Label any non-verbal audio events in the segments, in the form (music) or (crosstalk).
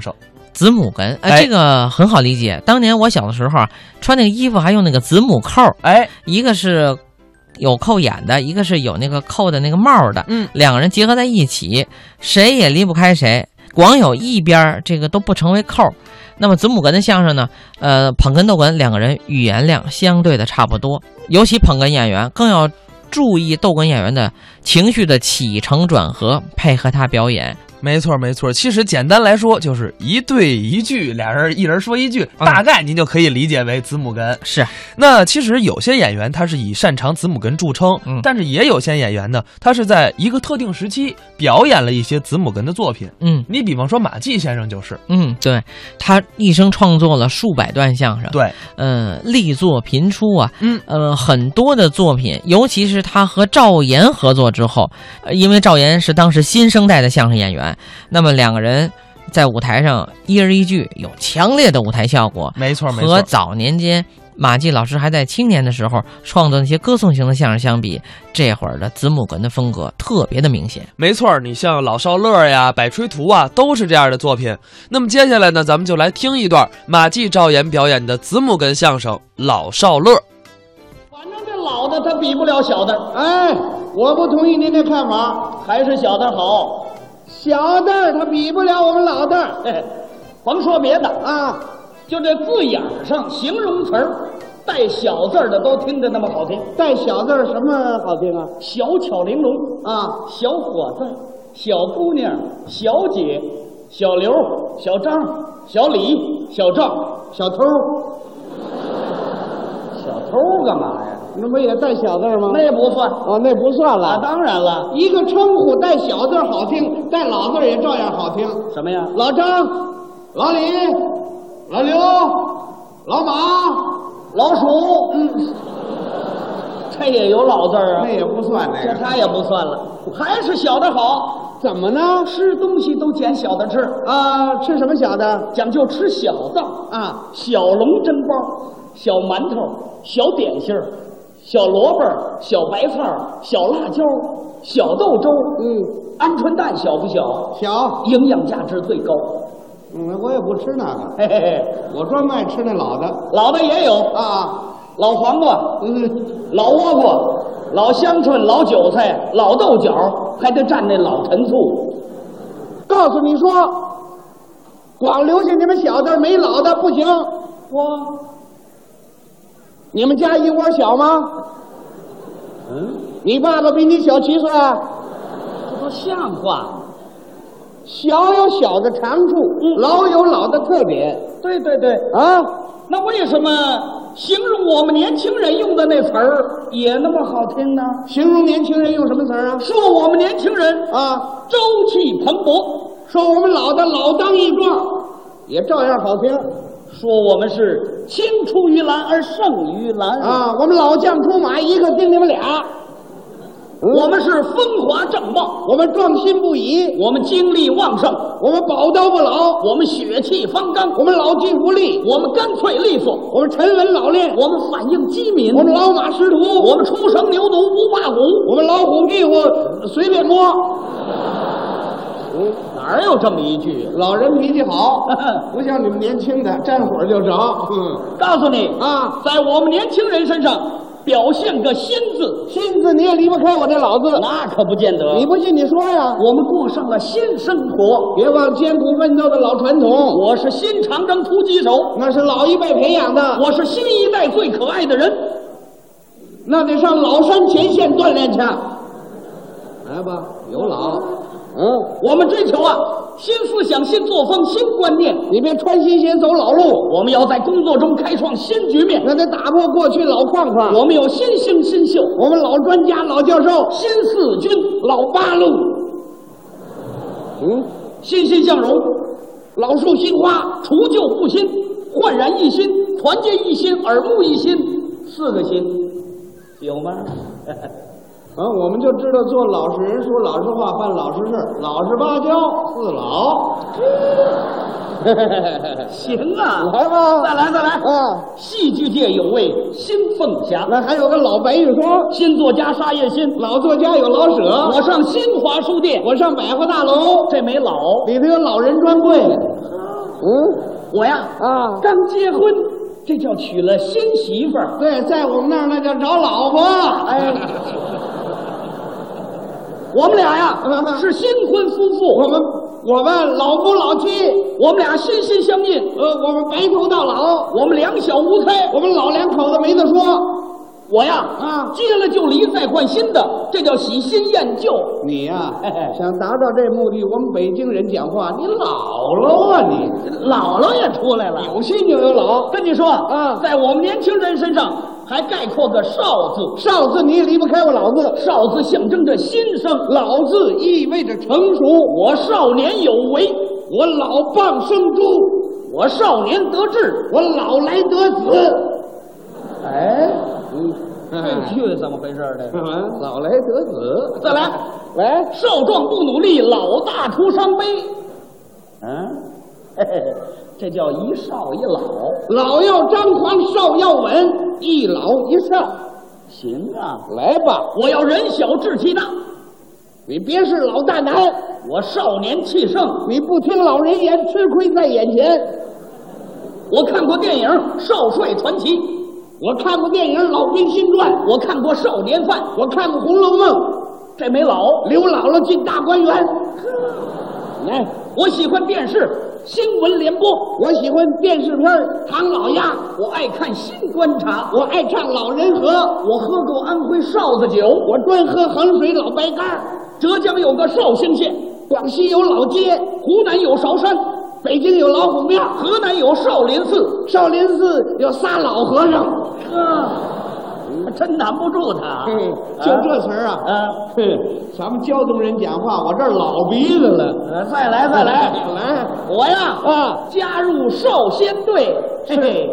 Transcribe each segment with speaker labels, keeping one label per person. Speaker 1: 手。
Speaker 2: 子母哏，
Speaker 1: 哎
Speaker 2: 哎，这个很好理解。当年我小的时候啊，穿那个衣服还用那个子母扣儿，
Speaker 1: 哎，
Speaker 2: 一个是有扣眼的，一个是有那个扣的那个帽儿的，
Speaker 1: 嗯，
Speaker 2: 两个人结合在一起，谁也离不开谁。光有一边儿这个都不成为扣儿，那么子母哏的相声呢，呃，捧哏逗哏两个人语言量相对的差不多，尤其捧哏演员更要注意逗哏演员的情绪的起承转合，配合他表演。
Speaker 1: 没错没错。其实简单来说，就是一对一句，俩人一人说一句，
Speaker 2: 嗯
Speaker 1: 大概您就可以理解为子母哏。
Speaker 2: 是，
Speaker 1: 那其实有些演员他是以擅长子母哏著称，
Speaker 2: 嗯
Speaker 1: 但是也有些演员呢，他是在一个特定时期表演了一些子母哏的作品。
Speaker 2: 嗯
Speaker 1: 你比方说马季先生就是，
Speaker 2: 嗯，对他一生创作了数百段相声，
Speaker 1: 对，
Speaker 2: 嗯，力作频出啊，
Speaker 1: 嗯，
Speaker 2: 呃，很多的作品，尤其是他和赵岩合作之后，呃因为赵岩是当时新生代的相声演员，那么两个人在舞台上一人一句，有强烈的舞台效果，
Speaker 1: 没错没
Speaker 2: 和
Speaker 1: 错，
Speaker 2: 早年间马季老师还在青年的时候创作那些歌颂型的相声相比，这会儿的子母哏的风格特别的明显。
Speaker 1: 没错。你像老少乐呀、百吹图啊，都是这样的作品。那么接下来呢，咱们就来听一段马季赵岩表演的子母哏相声《老少乐》。
Speaker 3: 反正这老的他比不了小的，哎，我不同意您的看法，还是小的好。小的他比不了我们老的，哎，甭说别的啊，就这字眼儿上形容词儿带小字儿的都听着那么好听。带小字儿什么好听啊？小巧玲珑啊，小伙子，小姑娘，小姐，小刘，小张，小李，小赵，小偷。小偷干嘛呀？
Speaker 4: 那不也带小字儿吗？
Speaker 3: 那不算
Speaker 4: 哦，那不算
Speaker 3: 啊，
Speaker 4: 了。
Speaker 3: 当然了，
Speaker 4: 一个称呼带小字儿好听，带老字儿也照样好听。
Speaker 3: 什么呀？
Speaker 4: 老张、老李、老刘、老马，
Speaker 3: 老鼠，嗯，这也有老字儿啊
Speaker 4: 那，也不算那
Speaker 3: 这
Speaker 4: 个。
Speaker 3: 他也不算了，还是小的好，
Speaker 4: 怎么呢？
Speaker 3: 吃东西都捡小的吃，
Speaker 4: 啊，吃什么小的？
Speaker 3: 讲究吃小的，
Speaker 4: 啊，
Speaker 3: 小笼蒸包，小馒头，小点心儿，小萝卜儿，小白菜儿，小辣椒儿，小豆粥，
Speaker 4: 嗯，
Speaker 3: 鹌鹑蛋小不小？
Speaker 4: 小。
Speaker 3: 营养价值最高，
Speaker 4: 嗯，我也不吃那个，
Speaker 3: 嘿嘿嘿，
Speaker 4: 我专卖吃那老的。
Speaker 3: 老的也有，
Speaker 4: 啊，
Speaker 3: 老黄瓜，
Speaker 4: 嗯，
Speaker 3: 老倭瓜、老香椿、老韭菜、老豆角，还得蘸那老陈醋。
Speaker 4: 告诉你说，光留下你们小字儿没老的不行。
Speaker 3: 哇，
Speaker 4: 你们家一窝小吗？嗯，你爸爸比你小七岁啊，
Speaker 3: 这不像话吗？
Speaker 4: 小有小的长处，老有老的特点
Speaker 3: 对对对，
Speaker 4: 啊。
Speaker 3: 那为什么形容我们年轻人用的那词儿也那么好听呢？
Speaker 4: 形容年轻人用什么词儿啊？
Speaker 3: 说我们年轻人
Speaker 4: 啊，
Speaker 3: 朝气蓬勃，
Speaker 4: 说我们老的老当益壮，也照样好听
Speaker 3: 说我们是青出于蓝而胜于蓝，
Speaker 4: 啊。我们老将出马，一个顶你们俩，
Speaker 3: 我们是风华正茂，
Speaker 4: 我们壮心不已，
Speaker 3: 我们精力旺盛，
Speaker 4: 我们宝刀不老，
Speaker 3: 我们血气方刚，
Speaker 4: 我们老骥伏枥，
Speaker 3: 我们干脆利索，
Speaker 4: 我们沉稳老练，
Speaker 3: 我们反应机敏，
Speaker 4: 我们老马识途，
Speaker 3: 我们初生牛犊不怕虎，
Speaker 4: 我们老虎屁股随便摸，
Speaker 3: 哪儿有这么一句啊？
Speaker 4: 老人脾气好。 (laughs) 不像你们年轻的，沾火就着。嗯
Speaker 3: 告诉你，
Speaker 4: 啊，
Speaker 3: 在我们年轻人身上表现个“新”字，
Speaker 4: 新字你也离不开我这老字。
Speaker 3: 那可不见得。
Speaker 4: 你不信你说呀？
Speaker 3: 我们过上了新生活，
Speaker 4: 别忘艰苦奋斗的老传统，
Speaker 3: 我是新长征突击手，
Speaker 4: 那是老一辈培养的，
Speaker 3: 我是新一代最可爱的人。
Speaker 4: 那得上老山前线锻炼去。来吧，有老，嗯，
Speaker 3: 我们追求啊，新思想、新作风、新观念。
Speaker 4: 你别穿新鞋走老路，
Speaker 3: 我们要在工作中开创新局面。
Speaker 4: 那得打破过去老框框。
Speaker 3: 我们有新星新秀，
Speaker 4: 我们老专家、老教授、
Speaker 3: 新四军，
Speaker 4: 老八路，嗯，
Speaker 3: 欣欣向荣，老树新花，除旧布新，焕然一新，团结一心，耳目一新，四个新，有
Speaker 4: (laughs)
Speaker 3: 吗？
Speaker 4: 啊，我们就知道做老实人说老实话，办老实事，老实巴交，四老。
Speaker 3: 行啊，
Speaker 4: 来吧
Speaker 3: 再来再来。
Speaker 4: 啊，
Speaker 3: 戏剧界有位新凤霞，
Speaker 4: 那还有个老白玉霜，
Speaker 3: 新作家沙叶新，
Speaker 4: 老作家有老舍，
Speaker 3: 我上新华书店，
Speaker 4: 我上百货大楼，
Speaker 3: 这没老，
Speaker 4: 里头有老人专柜，嗯
Speaker 3: 我呀，
Speaker 4: 啊，
Speaker 3: 刚结婚，这叫娶了新媳妇儿。
Speaker 4: 对，在我们那儿那叫找老婆。
Speaker 3: 哎，我们俩呀
Speaker 4: 嗯
Speaker 3: 是新婚夫妇，
Speaker 4: 我们我们老夫老妻，
Speaker 3: 我们俩心心相印，
Speaker 4: 呃，我们白头到老，
Speaker 3: 我们两小无猜。
Speaker 4: 我们老两口子没得说。
Speaker 3: 我呀
Speaker 4: 啊
Speaker 3: 结了就离，再换新的，这叫喜新厌旧。
Speaker 4: (laughs) 你呀、
Speaker 3: 嘿嘿
Speaker 4: 想达到这目的，我们北京人讲话，你老喽啊你！
Speaker 3: 姥姥也出来了，
Speaker 4: 有新就有老，
Speaker 3: 跟你说
Speaker 4: 啊
Speaker 3: 在我们年轻人身上还概括个少字，
Speaker 4: 少字你也离不开我老字，
Speaker 3: 少字象征着新生，
Speaker 4: 老字意味着成熟，
Speaker 3: 我少年有为，
Speaker 4: 我老蚌生珠，
Speaker 3: 我少年得志，
Speaker 4: 我老来得子。哎，嗯，
Speaker 3: 这句怎么回事儿？这个
Speaker 4: 老来得子，
Speaker 3: 再来。
Speaker 4: 喂，
Speaker 3: 少壮不努力，老大徒伤悲。
Speaker 4: 嗯，
Speaker 3: 嘿嘿， (laughs) 这叫一少一老。
Speaker 4: 老要张狂，少要稳，一老一少，
Speaker 3: 行啊，
Speaker 4: 来吧，
Speaker 3: 我要人小志气大，
Speaker 4: 你别是老大难，
Speaker 3: 我少年气盛。
Speaker 4: 你不听老人言，吃亏在眼前。
Speaker 3: 我看过电影《少帅传奇》，
Speaker 4: 我看过电影《老兵新传》，
Speaker 3: 我看过《少年犯》，
Speaker 4: 我看过《红楼梦
Speaker 3: 这没老》，。
Speaker 4: 刘姥姥进大观园。来，
Speaker 3: 哦我喜欢电视新闻联播，
Speaker 4: 我喜欢电视片《唐老鸭》，
Speaker 3: 我爱看新观察，
Speaker 4: 我爱唱《老人和》，
Speaker 3: 我喝过安徽哨子酒，
Speaker 4: 我专喝衡水老白干儿，
Speaker 3: 浙江有个绍兴县，
Speaker 4: 广西有老街，
Speaker 3: 湖南有韶山，
Speaker 4: 北京有老虎庙，
Speaker 3: 河南有少林寺。
Speaker 4: 少林寺有仨老和尚。
Speaker 3: 啊，真难不住他
Speaker 4: 嘿，嗯就这词儿啊！
Speaker 3: 啊！
Speaker 4: 哼，咱们胶东人讲话，我这儿老鼻子了。
Speaker 3: 呃再来再来，
Speaker 4: 来
Speaker 3: (laughs) 我呀，
Speaker 4: 啊！
Speaker 3: 加入少先队，嘿嘿，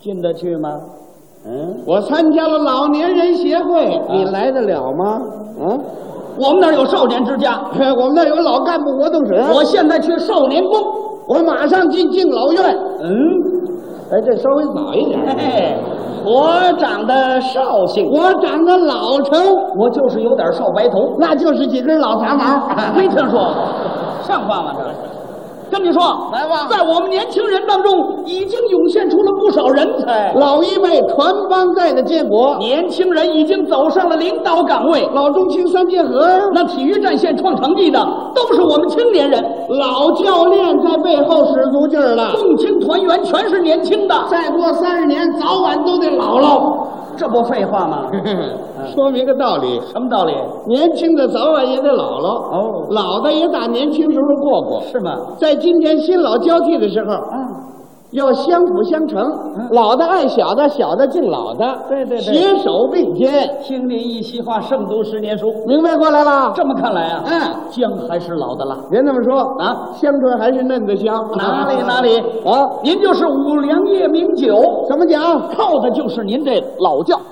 Speaker 3: 进得去吗？
Speaker 4: 我参加了老年人协会，你来得了吗？
Speaker 3: 嗯
Speaker 4: 啊？
Speaker 3: 我们那儿有少年之家，
Speaker 4: 嘿 (laughs) 我们那儿有老干部活动室，
Speaker 3: 我现在去少年宫。
Speaker 4: 哎我马上进敬老院。
Speaker 3: 嗯，
Speaker 4: 哎，这稍微早一点
Speaker 3: 嘿嘿，我长得绍兴，
Speaker 4: 我长得老成，
Speaker 3: 我就是有点少白头。
Speaker 4: 那就是几根老杂毛。
Speaker 3: 没听说，像话吗？这跟你说，
Speaker 4: 来吧
Speaker 3: 在我们年轻人当中，已经涌现出了不少人才。
Speaker 4: 老一辈传帮带的结果，
Speaker 3: 年轻人已经走上了领导岗位，
Speaker 4: 老中青三结合呀。
Speaker 3: 那体育战线创成绩的都是我们青年人，
Speaker 4: 老教练在背后使足劲儿了。
Speaker 3: 共青团员全是年轻的，
Speaker 4: 再过三十年，早晚都得老喽。
Speaker 3: 这不废话
Speaker 4: (laughs)
Speaker 3: 吗？嗯
Speaker 4: 说明个道理，
Speaker 3: 什么道理？
Speaker 4: 年轻的早晚也得老喽。
Speaker 3: 哦
Speaker 4: 老的也打年轻时候过过。
Speaker 3: 是吗？
Speaker 4: 在今天新老交替的时候，
Speaker 3: 啊，
Speaker 4: 要相辅相成，老的爱小的，小的敬老的，
Speaker 3: 嗯对对对
Speaker 4: 携手并肩，
Speaker 3: 听您一席话，胜读十年书。
Speaker 4: 明白过来了？
Speaker 3: 这么看来啊，
Speaker 4: 嗯，
Speaker 3: 姜还是老的辣。
Speaker 4: 别那么说
Speaker 3: 啊，
Speaker 4: 香椿还是嫩的香。
Speaker 3: 哪里哪里
Speaker 4: 啊？
Speaker 3: 您就是五粮液名酒，
Speaker 4: 怎么讲？
Speaker 3: 靠的就是您这老窖。啊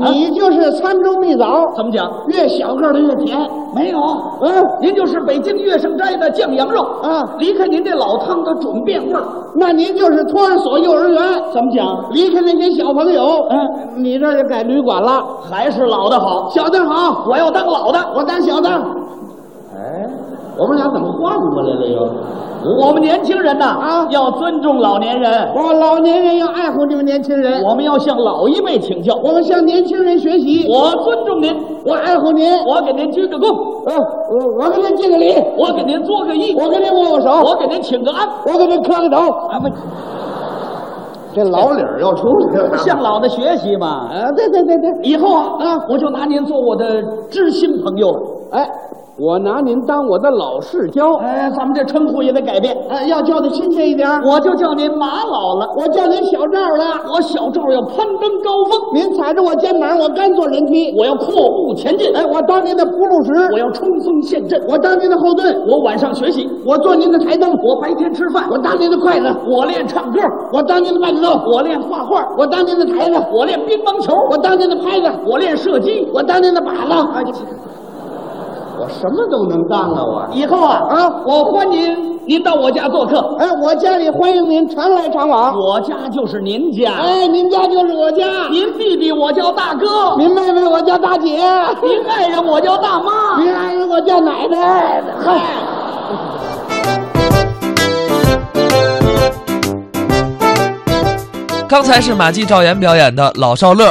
Speaker 4: 哎，你就是参州蜜枣，
Speaker 3: 怎么讲？
Speaker 4: 越小个儿的越甜。
Speaker 3: 没有。
Speaker 4: 嗯，
Speaker 3: 您就是北京乐盛斋的酱羊肉
Speaker 4: 啊
Speaker 3: 离开您这老汤的准变味儿。
Speaker 4: 那您就是托儿所、幼儿园。
Speaker 3: 怎么讲？
Speaker 4: 离开那些小朋友，
Speaker 3: 嗯，
Speaker 4: 你这儿就改旅馆了。
Speaker 3: 还是老的好。
Speaker 4: 小的好，
Speaker 3: 我要当老的。
Speaker 4: 我当小的。哎，我们俩怎么换过来了又？
Speaker 3: 我们年轻人呐，
Speaker 4: 啊
Speaker 3: 要尊重老年人，
Speaker 4: 我老年人要爱护你们年轻人，
Speaker 3: 我们要向老一辈请教。
Speaker 4: 我们向年轻人学习。
Speaker 3: 我尊重您，
Speaker 4: 我爱护您，
Speaker 3: 我给您鞠个躬，
Speaker 4: 呃，我我给您敬个礼，
Speaker 3: 我给您作个揖，
Speaker 4: 我给您握握
Speaker 3: 我
Speaker 4: 手，
Speaker 3: 给您请个安。
Speaker 4: 我给您磕个头。
Speaker 3: 咱们
Speaker 4: 这老理儿要出来了
Speaker 3: 向老的学习嘛。
Speaker 4: 啊，对对对对，
Speaker 3: 以后啊，啊，我就拿您做我的知心朋友了。
Speaker 4: 哎， (laughs) 我拿您当我的老世交，
Speaker 3: 哎，咱们这称呼也得改变，
Speaker 4: 哎，要叫的亲切一点。
Speaker 3: 我就叫您马老了。
Speaker 4: 我叫您小赵了，
Speaker 3: 我小赵要攀登高峰，
Speaker 4: 您踩着我肩膀，我甘做人梯。
Speaker 3: 我要阔步前进，
Speaker 4: 哎，我当您的铺路石，
Speaker 3: 我要冲锋陷阵，
Speaker 4: 我当您的后盾，
Speaker 3: 我晚上学习，
Speaker 4: 我做您的台灯，
Speaker 3: 我白天吃饭，
Speaker 4: 我当您的筷子，
Speaker 3: 我练唱歌，
Speaker 4: 我当您的伴奏，
Speaker 3: 我练画画，
Speaker 4: 我当您的台子，
Speaker 3: 我练乒乓球，
Speaker 4: 我当您的拍子，
Speaker 3: 我练射击。哎
Speaker 4: 我当您的靶子。我什么都能当啊！我
Speaker 3: 以后啊
Speaker 4: 啊
Speaker 3: 我欢迎您到我家做客，
Speaker 4: 哎，我家里欢迎您常来常往。
Speaker 3: 我家就是您家，
Speaker 4: 哎，您家就是我家，
Speaker 3: 您弟弟我叫大哥，
Speaker 4: 您妹妹我叫大姐，
Speaker 3: 您爱人我叫大妈。
Speaker 4: 您爱哎人我叫奶奶。
Speaker 3: 嗨。
Speaker 4: 嗨。
Speaker 1: 刚才是马季赵岩表演的《老少乐》。